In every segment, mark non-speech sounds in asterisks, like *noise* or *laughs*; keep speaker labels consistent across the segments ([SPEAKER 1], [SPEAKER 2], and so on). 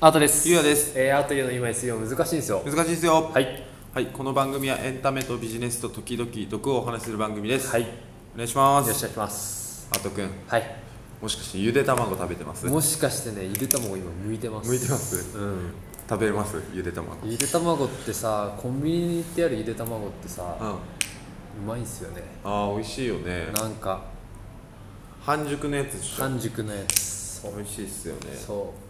[SPEAKER 1] アートです
[SPEAKER 2] ゆうやです
[SPEAKER 1] えー、アートゆうの今にすよ難しいんですよ
[SPEAKER 2] 難しいですよ、
[SPEAKER 1] はいい
[SPEAKER 2] はい、この番組はエンタメとビジネスと時々毒をお話しする番組です、
[SPEAKER 1] はいよ
[SPEAKER 2] お願いしま
[SPEAKER 1] ろしくお
[SPEAKER 2] す
[SPEAKER 1] 願いします
[SPEAKER 2] あとくん
[SPEAKER 1] はい
[SPEAKER 2] もしかしてゆで卵食べてます
[SPEAKER 1] もしかしてねゆで卵今剥いてます
[SPEAKER 2] 剥いてます
[SPEAKER 1] うん
[SPEAKER 2] 食べれますゆで卵
[SPEAKER 1] ゆで卵ってさコンビニに行ってあるゆで卵ってさ
[SPEAKER 2] うんあ
[SPEAKER 1] うまいんすよね
[SPEAKER 2] あ美味しいよね
[SPEAKER 1] なんか
[SPEAKER 2] 半熟のやつでしょ
[SPEAKER 1] 半熟のやつ
[SPEAKER 2] 美味しいっすよね
[SPEAKER 1] そう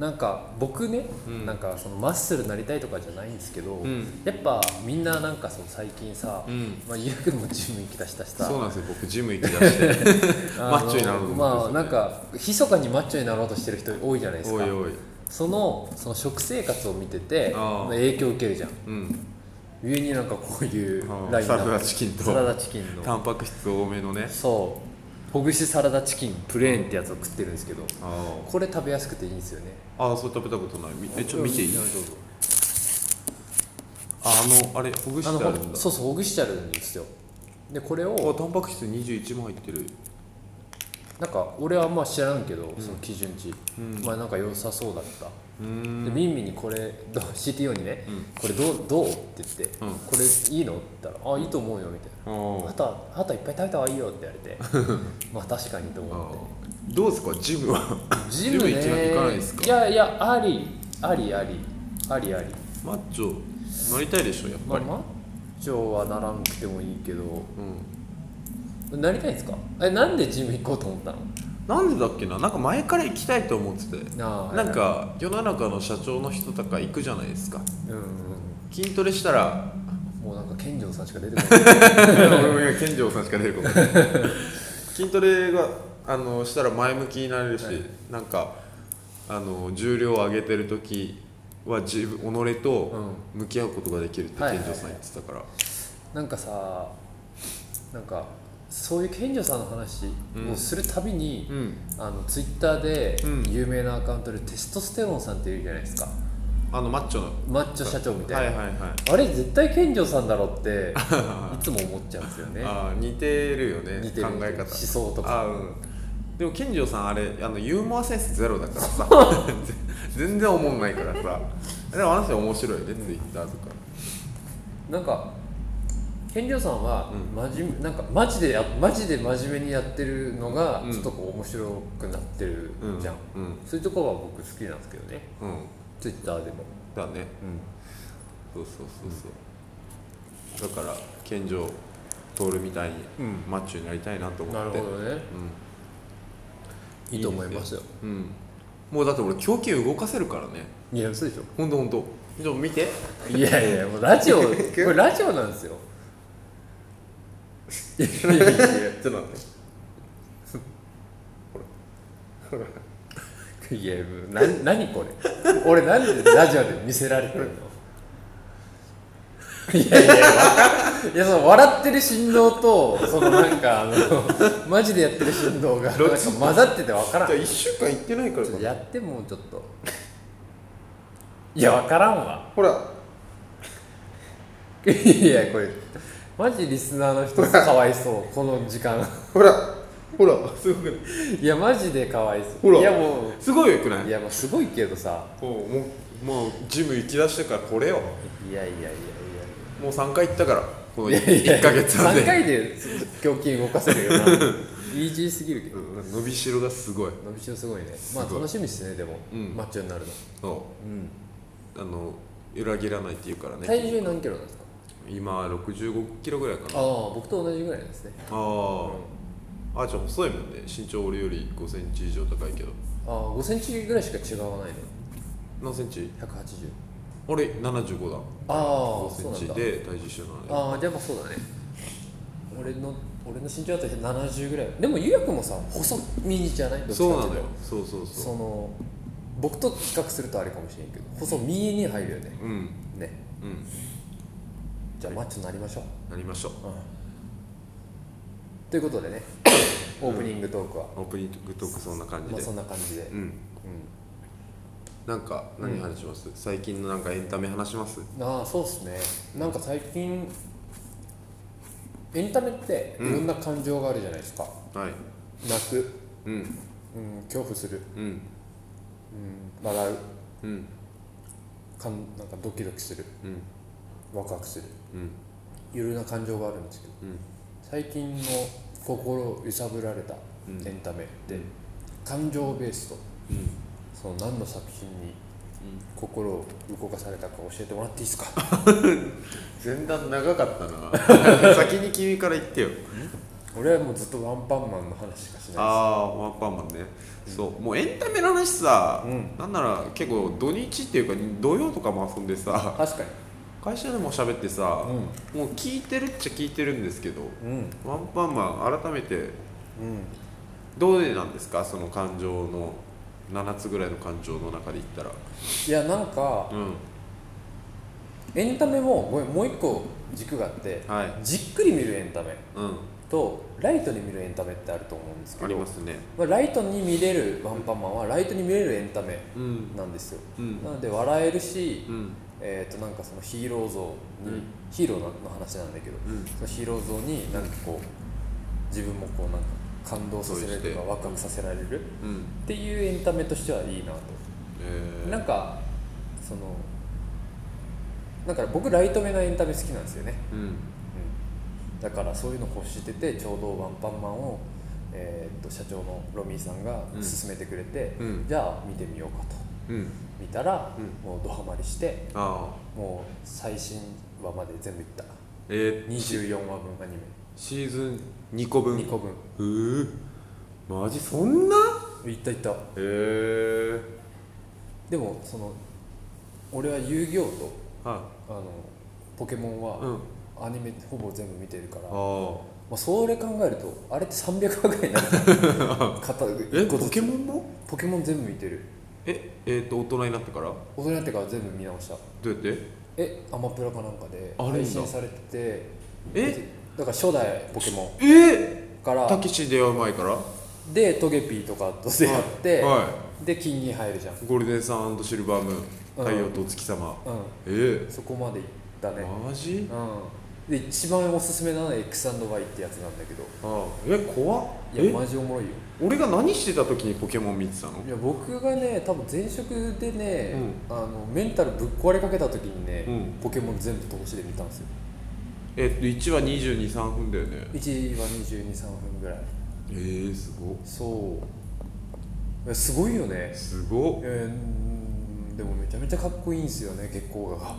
[SPEAKER 1] なんか僕ね、
[SPEAKER 2] うん
[SPEAKER 1] なんかそのマッスルなりたいとかじゃないんですけど、
[SPEAKER 2] うん
[SPEAKER 1] やっぱみんななんかその最近さ、
[SPEAKER 2] うん
[SPEAKER 1] まあ、ゆうくんもジム行きだしたしさ
[SPEAKER 2] そうなんですよ僕ジム行き
[SPEAKER 1] *laughs*
[SPEAKER 2] だして
[SPEAKER 1] あの
[SPEAKER 2] マッチョになろうと思って
[SPEAKER 1] まあなんか密かにマッチョになろうとしてる人多いじゃないですか
[SPEAKER 2] おいおい
[SPEAKER 1] そのその食生活を見てて
[SPEAKER 2] ああ
[SPEAKER 1] 影響を受けるじゃん
[SPEAKER 2] うん
[SPEAKER 1] 上になんかこういう
[SPEAKER 2] ああ
[SPEAKER 1] ラインナップ
[SPEAKER 2] サラダチキンと
[SPEAKER 1] サラダチキン
[SPEAKER 2] タ
[SPEAKER 1] の
[SPEAKER 2] ンパク質多めのね
[SPEAKER 1] そうほぐしサラダチキンプレーンってやつを食ってるんですけど
[SPEAKER 2] あ
[SPEAKER 1] これ食べやすくていいんですよね
[SPEAKER 2] あああそう食べたことないみえちょっと見ていい
[SPEAKER 1] どうぞ
[SPEAKER 2] あのあれほぐして
[SPEAKER 1] あ
[SPEAKER 2] あ
[SPEAKER 1] の
[SPEAKER 2] るんだ
[SPEAKER 1] そうそうほぐしてあるんですよでこれ
[SPEAKER 2] あ
[SPEAKER 1] を
[SPEAKER 2] タンパク質21も入ってる
[SPEAKER 1] なんか俺はあんま知らんけどその基準値、
[SPEAKER 2] うん
[SPEAKER 1] まあなんか良さそうだった
[SPEAKER 2] うーん
[SPEAKER 1] でミンミンにこれどう CTO にね、
[SPEAKER 2] うん
[SPEAKER 1] これどうどうって言って、
[SPEAKER 2] ん
[SPEAKER 1] これいいのって言ったら「あいいと思うよ」みたい
[SPEAKER 2] あ
[SPEAKER 1] な「
[SPEAKER 2] ー
[SPEAKER 1] ハタハタいっぱい食べた方がいいよ」って言われ
[SPEAKER 2] *laughs*
[SPEAKER 1] てまあ確かにと思
[SPEAKER 2] あ
[SPEAKER 1] って
[SPEAKER 2] ーどうですかジムは
[SPEAKER 1] ジムね
[SPEAKER 2] ジム行き行かないですか
[SPEAKER 1] いやいやありありありありあり
[SPEAKER 2] *laughs* マッチョなりたいでしょやっ
[SPEAKER 1] ま
[SPEAKER 2] ぱ
[SPEAKER 1] あ
[SPEAKER 2] り、
[SPEAKER 1] マッチョはならんくてもいいけど
[SPEAKER 2] うん
[SPEAKER 1] なりたいんですかえなんでジム行こうと思ったの
[SPEAKER 2] なんでだっけななんか前から行きたいと思ってて
[SPEAKER 1] あー
[SPEAKER 2] なんか世の中の社長の人とか行くじゃないですか
[SPEAKER 1] うんうん
[SPEAKER 2] 筋トレした *laughs* ら
[SPEAKER 1] うんもうなんか健城さんしか出て
[SPEAKER 2] *laughs*
[SPEAKER 1] こない
[SPEAKER 2] 俺も健丈さんしか出ることない *laughs* 筋トレがあのしたら前向きになれるし、
[SPEAKER 1] はい
[SPEAKER 2] なんかあの重量を上げてる時は自分己と向き合うことができるって
[SPEAKER 1] はい
[SPEAKER 2] 健丈さん言ってたから、
[SPEAKER 1] なんかさなんかそういう健城さんの話をするたびに、
[SPEAKER 2] うん
[SPEAKER 1] あのツイッターで
[SPEAKER 2] うん
[SPEAKER 1] 有名なアカウントでテストステロンさんっているじゃないですか、
[SPEAKER 2] あのマッチョの
[SPEAKER 1] マッチョ社長みたいな、
[SPEAKER 2] はいはいはい
[SPEAKER 1] あれ絶対健丈さんだろって
[SPEAKER 2] *laughs*
[SPEAKER 1] いつも思っちゃうんですよね
[SPEAKER 2] あー似てるよね
[SPEAKER 1] 似てる
[SPEAKER 2] 考え方
[SPEAKER 1] 思想とか
[SPEAKER 2] あーうんでも健丈さんあれあのユーモアセンスゼロだからさ *laughs* 全然思んないからさでもあの人面白いねツイッターとか
[SPEAKER 1] なんか健丈さんは、
[SPEAKER 2] うん
[SPEAKER 1] 真面目なんかマジでやマジで真面目にやってるのが
[SPEAKER 2] うん
[SPEAKER 1] ちょっとこう面白くなってる
[SPEAKER 2] うん
[SPEAKER 1] じゃん、
[SPEAKER 2] うん
[SPEAKER 1] そういうとこは僕好きなんですけどね
[SPEAKER 2] うん
[SPEAKER 1] ツイッターでも、
[SPEAKER 2] だねそうそうそうそうだから健丈徹みたいに
[SPEAKER 1] うん
[SPEAKER 2] マッチョになりたいなと思
[SPEAKER 1] なる
[SPEAKER 2] って、
[SPEAKER 1] ほどね
[SPEAKER 2] うん、
[SPEAKER 1] いいと思いますよ
[SPEAKER 2] うん、うん、もうだって俺胸筋動かせるからね
[SPEAKER 1] いや嘘でしょ
[SPEAKER 2] ほんとほんとでも見て
[SPEAKER 1] いやいやもうラ
[SPEAKER 2] *laughs*
[SPEAKER 1] ジオこれラジオなんですよ *laughs*
[SPEAKER 2] いやいやいや *laughs* ちょっと待って
[SPEAKER 1] いやもうな何これ俺なんでラジオで見せられてるのいやいやいやいやその笑ってる振動とそのなんかあのマジでやってる振動がなんか
[SPEAKER 2] どっ
[SPEAKER 1] 混
[SPEAKER 2] ち
[SPEAKER 1] ざってて分からん
[SPEAKER 2] じゃあ1週間行ってないから
[SPEAKER 1] ち
[SPEAKER 2] か
[SPEAKER 1] ょっ
[SPEAKER 2] な
[SPEAKER 1] とやってもうちょっといや分からんわ *laughs*
[SPEAKER 2] ほら
[SPEAKER 1] いやこれマジリスナーの人かわいそうこの時間
[SPEAKER 2] ほらほらすごくない
[SPEAKER 1] いやマジでかわいそう
[SPEAKER 2] ほら
[SPEAKER 1] いやも
[SPEAKER 2] すごいよくな
[SPEAKER 1] う
[SPEAKER 2] い
[SPEAKER 1] いやもうすごいけどさ
[SPEAKER 2] もうもうもうジム行きだしてからこれよ
[SPEAKER 1] いやいやいやいや
[SPEAKER 2] もう3回行ったからこの
[SPEAKER 1] いやいや
[SPEAKER 2] 1か月半
[SPEAKER 1] 3
[SPEAKER 2] で
[SPEAKER 1] 回で胸筋動かせ *laughs* るよなイージーすぎるけど
[SPEAKER 2] うん伸びしろがすごい
[SPEAKER 1] 伸びしろすごいねまあ
[SPEAKER 2] すごい
[SPEAKER 1] 楽しみですねでも、
[SPEAKER 2] うん
[SPEAKER 1] マッチョになるの、
[SPEAKER 2] そあの裏切らないっていうからね
[SPEAKER 1] 体重何キロなんですか
[SPEAKER 2] 今65キロぐらいか
[SPEAKER 1] あ
[SPEAKER 2] なあ
[SPEAKER 1] あ僕と同じぐらいなんですね
[SPEAKER 2] あーあじゃあ細いもんね身長俺より5センチ以上高いけど
[SPEAKER 1] ああ5センチぐらいしか違わないね
[SPEAKER 2] 何センチ
[SPEAKER 1] 180
[SPEAKER 2] 俺75だ
[SPEAKER 1] ああそう
[SPEAKER 2] 5
[SPEAKER 1] な
[SPEAKER 2] セン
[SPEAKER 1] ん
[SPEAKER 2] チ
[SPEAKER 1] だ
[SPEAKER 2] で体重一緒なのよ
[SPEAKER 1] ああじゃあまあそうだね俺の俺の身長だと70ぐらいでもゆうやくんもさ細身じゃないどっち
[SPEAKER 2] そう
[SPEAKER 1] かっ
[SPEAKER 2] な
[SPEAKER 1] ていうと
[SPEAKER 2] のよそうそうそ
[SPEAKER 1] その僕と比較するとあれかもしれんけど細身に入るよね
[SPEAKER 2] ううん
[SPEAKER 1] ね
[SPEAKER 2] うん
[SPEAKER 1] じゃあマッチョになりましょう、
[SPEAKER 2] なりましょう
[SPEAKER 1] ということで
[SPEAKER 2] *coughs*
[SPEAKER 1] ねオープニングトークは、
[SPEAKER 2] オープニングトークそんな感じ
[SPEAKER 1] まあ、
[SPEAKER 2] で
[SPEAKER 1] そんな感じで、
[SPEAKER 2] うんなんか何話します、最近のなんかエンタメ話します
[SPEAKER 1] うんああそうっすねなんか最近エンタメっていろ
[SPEAKER 2] うん
[SPEAKER 1] んな感情があるじゃないですか、
[SPEAKER 2] はい
[SPEAKER 1] 泣く、
[SPEAKER 2] うん
[SPEAKER 1] うん、恐怖する、
[SPEAKER 2] うん
[SPEAKER 1] うん、笑う
[SPEAKER 2] うん
[SPEAKER 1] かんなんかドキドキする
[SPEAKER 2] うん
[SPEAKER 1] ワクワクする
[SPEAKER 2] うん
[SPEAKER 1] いろいろな感情があるんですけど
[SPEAKER 2] うん
[SPEAKER 1] 最近の心揺さぶられた
[SPEAKER 2] うん
[SPEAKER 1] エンタメって、
[SPEAKER 2] うん
[SPEAKER 1] 感情ベースと
[SPEAKER 2] うん
[SPEAKER 1] その何の作品に心を動かされたか教えてもらっていいですか
[SPEAKER 2] 前段長か *laughs* ったな先に君から言ってよ
[SPEAKER 1] 俺はもうずっとワンパンマンの話しかしない
[SPEAKER 2] ああーワンパンマンね、そうもうエンタメの話さ、
[SPEAKER 1] うん
[SPEAKER 2] なんなら結構土日っていうか土曜とかも遊んでさ
[SPEAKER 1] です確か
[SPEAKER 2] 会社でも喋ってさ、
[SPEAKER 1] に
[SPEAKER 2] もう聞いてるっちゃ聞いてるんですけど
[SPEAKER 1] うんうん
[SPEAKER 2] ワンパンマン改めて
[SPEAKER 1] うん
[SPEAKER 2] どうなんですかその感情の7つぐらいの感情の中で言ったら
[SPEAKER 1] いやなんか
[SPEAKER 2] うん
[SPEAKER 1] エンタメもごめんもう一個軸があって
[SPEAKER 2] はい
[SPEAKER 1] じっくり見るエンタメ
[SPEAKER 2] うん
[SPEAKER 1] とライトに見るエンタメってあると思うんですけ
[SPEAKER 2] あり
[SPEAKER 1] ど
[SPEAKER 2] ますね
[SPEAKER 1] まあ、ライトに見れるワンパンマンはライトに見れるエンタメ
[SPEAKER 2] うん
[SPEAKER 1] なんですよ
[SPEAKER 2] うん
[SPEAKER 1] なので笑えるし、
[SPEAKER 2] うん
[SPEAKER 1] えー、となんかそのヒーロー像に、
[SPEAKER 2] うん
[SPEAKER 1] ヒーローの話なんだけど
[SPEAKER 2] うん
[SPEAKER 1] そのヒーロー像になんかこう自分もこうなんか感動させられると
[SPEAKER 2] そうし
[SPEAKER 1] かワクワクさせられる
[SPEAKER 2] うん
[SPEAKER 1] っていうエンタメとしてはいいなと、
[SPEAKER 2] えー、
[SPEAKER 1] なんかそのなんか僕ライトめなエンタメ好きなんですよね、
[SPEAKER 2] うん
[SPEAKER 1] うん、だからそういうの欲しててちょうどワンパンマンを、えー、と社長のロミーさんが
[SPEAKER 2] うん
[SPEAKER 1] 勧めてくれて、
[SPEAKER 2] うん
[SPEAKER 1] じゃあ見てみようかと
[SPEAKER 2] うん
[SPEAKER 1] 見たら、
[SPEAKER 2] う
[SPEAKER 1] もうドハマりして
[SPEAKER 2] ああ
[SPEAKER 1] もう最新話まで全部いった
[SPEAKER 2] えー、
[SPEAKER 1] 24話分アニ
[SPEAKER 2] シーズン2個分
[SPEAKER 1] メ2個分
[SPEAKER 2] うーマジそんな
[SPEAKER 1] 行った行った
[SPEAKER 2] へえ
[SPEAKER 1] でもその俺は遊戯王と
[SPEAKER 2] は
[SPEAKER 1] あのポケモン
[SPEAKER 2] いうん
[SPEAKER 1] はアニメほぼ全部見てるから、ま
[SPEAKER 2] あ
[SPEAKER 1] あ、それ考えるとあれって300話ぐらいになる
[SPEAKER 2] *laughs*
[SPEAKER 1] 片
[SPEAKER 2] え
[SPEAKER 1] 一個
[SPEAKER 2] ポ
[SPEAKER 1] ず
[SPEAKER 2] ケ
[SPEAKER 1] つ
[SPEAKER 2] モンも
[SPEAKER 1] ポケモン全部見てる
[SPEAKER 2] ええー、と大人になってからど
[SPEAKER 1] 大人になってから全部見直した
[SPEAKER 2] うやって
[SPEAKER 1] えアマプラかなんかで
[SPEAKER 2] あるんだ
[SPEAKER 1] 配信されてて
[SPEAKER 2] え
[SPEAKER 1] だから初代ポケモ
[SPEAKER 2] えー、
[SPEAKER 1] ンか
[SPEAKER 2] た
[SPEAKER 1] ら
[SPEAKER 2] けしに出会う前から
[SPEAKER 1] でトゲピーとかと出会って、
[SPEAKER 2] はいは
[SPEAKER 1] で金銀入るじゃん、
[SPEAKER 2] い、ゴールデンサンシルバームーン
[SPEAKER 1] うん
[SPEAKER 2] 太陽とお月様、
[SPEAKER 1] う
[SPEAKER 2] えー
[SPEAKER 1] ん、そこまでいったね
[SPEAKER 2] マジ
[SPEAKER 1] うんで一番おすすめなのは X&Y ってやつなんだけど
[SPEAKER 2] ああえ怖っ
[SPEAKER 1] い
[SPEAKER 2] え
[SPEAKER 1] やマジおもろいよ
[SPEAKER 2] 俺が何してた時にポケモン見てたの
[SPEAKER 1] いや僕がね多分前職でね、あのメンタルぶっ壊れかけた時にね、
[SPEAKER 2] うん
[SPEAKER 1] ポケモン全部投資で見たんですよ
[SPEAKER 2] えっと1話223分だよね
[SPEAKER 1] 1は223分ぐらい
[SPEAKER 2] えー、すごっ
[SPEAKER 1] そういやすごいよね
[SPEAKER 2] すごっ
[SPEAKER 1] えー、でもめちゃめちゃかっこいいんですよね月光が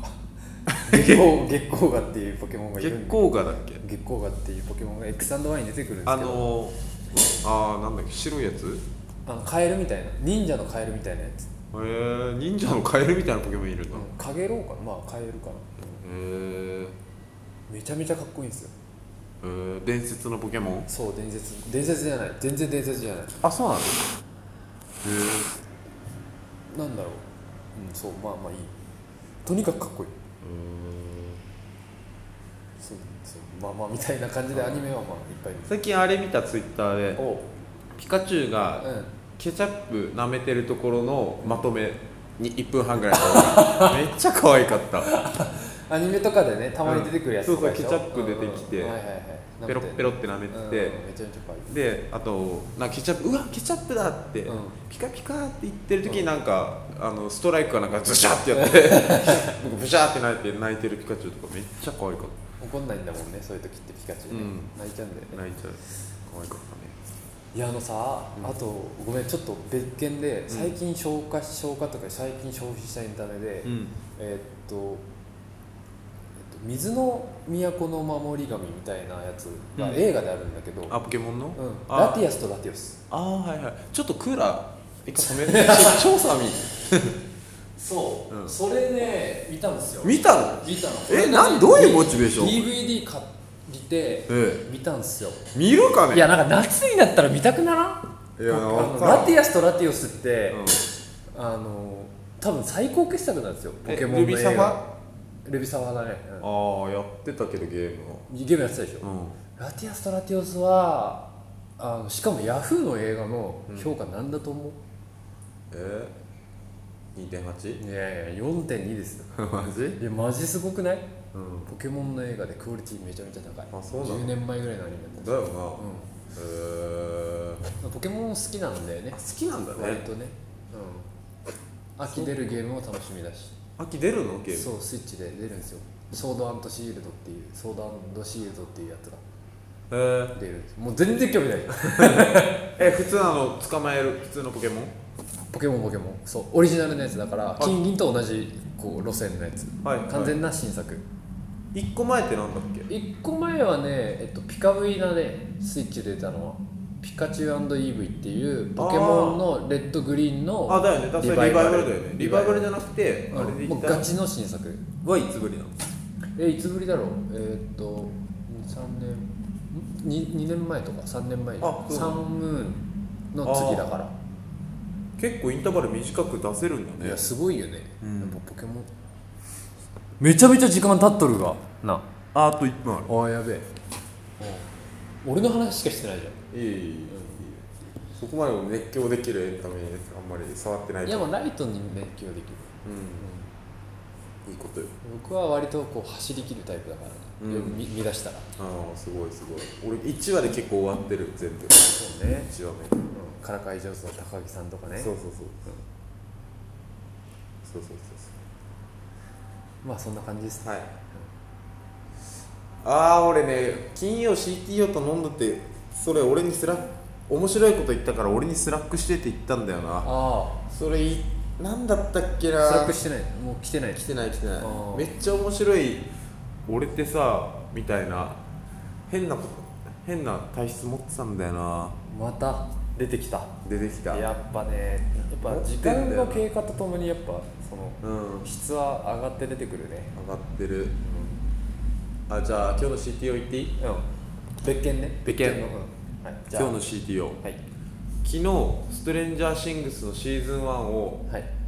[SPEAKER 2] *laughs*
[SPEAKER 1] 月光月光がっていうポケモンがい
[SPEAKER 2] 月
[SPEAKER 1] るんで
[SPEAKER 2] 光がだっけ
[SPEAKER 1] 月光がっていうポケモンが X&Y に出てくるんですけど
[SPEAKER 2] あのー、あーなんだっけ白いやつ
[SPEAKER 1] あのカエルみたいな忍者のカエルみたいなやつ、
[SPEAKER 2] えー、忍者のカエルみたいなポケモンいるんだ、
[SPEAKER 1] うん、カゲロウかなまあカエルかな
[SPEAKER 2] えー、
[SPEAKER 1] めちゃめちゃかっこいいんですよ
[SPEAKER 2] えー、伝説のポケモン
[SPEAKER 1] そう伝説伝説じゃない全然伝説じゃない
[SPEAKER 2] あそうなのへ
[SPEAKER 1] なんだろううんそうまあまあいいとにかくかっこいいそうそうまあまあみたいな感じでアニメはまあいっぱい見
[SPEAKER 2] え
[SPEAKER 1] て
[SPEAKER 2] 最近あれ見たツイッターで
[SPEAKER 1] おう
[SPEAKER 2] ピカチュウが
[SPEAKER 1] うん
[SPEAKER 2] ケチャップ舐めてるところのまとめに1分半ぐらいのめっちゃ可愛か *laughs* った
[SPEAKER 1] アニメとかでねたまに出てくるやつとかでしょ、
[SPEAKER 2] うんそうそうケチャップ出てきて
[SPEAKER 1] うんうんはいはいはい、
[SPEAKER 2] ペロッペロ
[SPEAKER 1] っ
[SPEAKER 2] って舐めて
[SPEAKER 1] うん、
[SPEAKER 2] て、
[SPEAKER 1] めちゃめちゃ可愛い
[SPEAKER 2] であとなんかケチャップうわケチャップだって、
[SPEAKER 1] うん
[SPEAKER 2] ピカピカって言ってる時になんか、あのストライクかなんかズシャってやって *laughs* 僕ブシャーって泣いて泣いてるピカチュウとかめっちゃ可愛かっ
[SPEAKER 1] 怒んないんだもんねそういう時ってピカチュウね、
[SPEAKER 2] うん
[SPEAKER 1] 泣いちゃうんだよね
[SPEAKER 2] た泣いちゃう可愛かった
[SPEAKER 1] いやあのさ、
[SPEAKER 2] うん
[SPEAKER 1] あとごめんちょっと別件で最近消化消化とか最近消費したエンタメで、
[SPEAKER 2] ねうん
[SPEAKER 1] えーっと、えっと水の都の守り神みたいなやつが
[SPEAKER 2] うん
[SPEAKER 1] 映画であるんだけど、うん
[SPEAKER 2] あポケモンの、あ
[SPEAKER 1] ラティアスとラティオス
[SPEAKER 2] あーはいはいちょっとクーラー一回止め *laughs* てちょ調査見
[SPEAKER 1] そう
[SPEAKER 2] うん
[SPEAKER 1] それね見たんですよ
[SPEAKER 2] 見たの
[SPEAKER 1] 見たの
[SPEAKER 2] えなんどういうモチベーション
[SPEAKER 1] DVD 買って
[SPEAKER 2] え
[SPEAKER 1] 見たんですよ
[SPEAKER 2] え見るかね
[SPEAKER 1] いやなんか夏になったら見たくならん
[SPEAKER 2] いや
[SPEAKER 1] あ
[SPEAKER 2] わ
[SPEAKER 1] の
[SPEAKER 2] からん
[SPEAKER 1] ラティアスとラティオスって、
[SPEAKER 2] うん
[SPEAKER 1] あの多分最高傑作なんですよポ
[SPEAKER 2] え
[SPEAKER 1] ケモン
[SPEAKER 2] ル
[SPEAKER 1] の
[SPEAKER 2] ビ
[SPEAKER 1] 映
[SPEAKER 2] サフ
[SPEAKER 1] 画
[SPEAKER 2] ァ
[SPEAKER 1] ルビサワだね、
[SPEAKER 2] ああやってたけどゲームを
[SPEAKER 1] うん、ゲームやってたでしょ、
[SPEAKER 2] うん
[SPEAKER 1] ラティアスとラティオスはあのしかもヤフーの映画の評価なんだと思う、
[SPEAKER 2] えー、2.8?
[SPEAKER 1] いやいや4.2ですよ
[SPEAKER 2] *laughs* マジ
[SPEAKER 1] いやマジすごくない
[SPEAKER 2] うん
[SPEAKER 1] ポケモンの映画でクオリティめちゃめちゃ高い
[SPEAKER 2] あそうなの
[SPEAKER 1] 10年前ぐらいのアニメ
[SPEAKER 2] だよな、
[SPEAKER 1] う
[SPEAKER 2] へえ
[SPEAKER 1] ん、ポケモン好きなんだよね
[SPEAKER 2] 好きなんだ
[SPEAKER 1] 割とね、秋出るゲームも楽しみだし
[SPEAKER 2] 秋出るのゲーム
[SPEAKER 1] そうスイッチで出るんですよソードアンドシールドっていうソードアンドシールドっていうやつが
[SPEAKER 2] へー
[SPEAKER 1] 出るんですもう全然興味ない
[SPEAKER 2] え普通あの捕まえる普通のポケモン
[SPEAKER 1] ポケモンポケモンそうオリジナルのやつだから
[SPEAKER 2] い
[SPEAKER 1] 金銀と同じこう路線のやつ
[SPEAKER 2] はい
[SPEAKER 1] 完全な新作、
[SPEAKER 2] 1個前ってなんだっけ
[SPEAKER 1] 1個前はね、えっと、ピカブイだねスイッチで出たのはピカチュウイーブイっていうポケモンのレッドグリーンの
[SPEAKER 2] あだよねだからそれリバイバルだよねリバイバルじゃなくてあれで
[SPEAKER 1] も
[SPEAKER 2] 言っ
[SPEAKER 1] う
[SPEAKER 2] た
[SPEAKER 1] ガ
[SPEAKER 2] ら
[SPEAKER 1] チの新作
[SPEAKER 2] はいつぶりなの
[SPEAKER 1] えいつぶりだろうえーっと23年ん 2, 2年前とか3年前
[SPEAKER 2] あそう
[SPEAKER 1] サンムーンの次だから
[SPEAKER 2] 結構インターバル短く出せるんだ
[SPEAKER 1] い
[SPEAKER 2] ね
[SPEAKER 1] やすごいよね、
[SPEAKER 2] うん
[SPEAKER 1] やっぱポケモンめちゃめちゃ時間経っとるがな
[SPEAKER 2] ああと1分あ
[SPEAKER 1] ああやべえ俺の話しかしてないじゃん
[SPEAKER 2] るいいいいいいいいそこまでも熱狂できるエンタメにあんまり触ってない
[SPEAKER 1] いやもうライトに熱狂できる
[SPEAKER 2] うんいいことよ
[SPEAKER 1] 僕は割とこう走り切るタイプだからね、
[SPEAKER 2] うん
[SPEAKER 1] よく見見出したら
[SPEAKER 2] ああすごいすごい俺1話で結構終わってる全部
[SPEAKER 1] そうね、
[SPEAKER 2] 1話目
[SPEAKER 1] うん、からかい上手の高木さんとかね
[SPEAKER 2] そうそうそうそうそうそうそう
[SPEAKER 1] まあそんな感じですね、
[SPEAKER 2] はい、ああ俺ね金曜 CTO と飲んだってそれ俺にスラッ面白いこと言ったから俺にスラックしてって言ったんだよな
[SPEAKER 1] あ
[SPEAKER 2] それい何だったっけ
[SPEAKER 1] あ
[SPEAKER 2] な
[SPEAKER 1] スラックしてないもう来てない
[SPEAKER 2] 来てない来てない
[SPEAKER 1] あー
[SPEAKER 2] めっちゃ面白い俺ってさみたいな変なこと変な体質持ってたんだよな
[SPEAKER 1] また
[SPEAKER 2] 出てきた出てきた
[SPEAKER 1] やっぱねやっ
[SPEAKER 2] 持
[SPEAKER 1] ぱ
[SPEAKER 2] って
[SPEAKER 1] 時
[SPEAKER 2] んだ
[SPEAKER 1] 間
[SPEAKER 2] よな
[SPEAKER 1] の経過とともにやっぱその
[SPEAKER 2] うん
[SPEAKER 1] 質は上がって出てくるね
[SPEAKER 2] 上がってる、あじゃあ今日の CTO 行っていい
[SPEAKER 1] うん別件ね
[SPEAKER 2] 別件
[SPEAKER 1] のうんはいじゃ
[SPEAKER 2] 今
[SPEAKER 1] あ
[SPEAKER 2] 日の CTO
[SPEAKER 1] はい
[SPEAKER 2] 昨日ストレンジャーシングスのシーズン1を
[SPEAKER 1] はい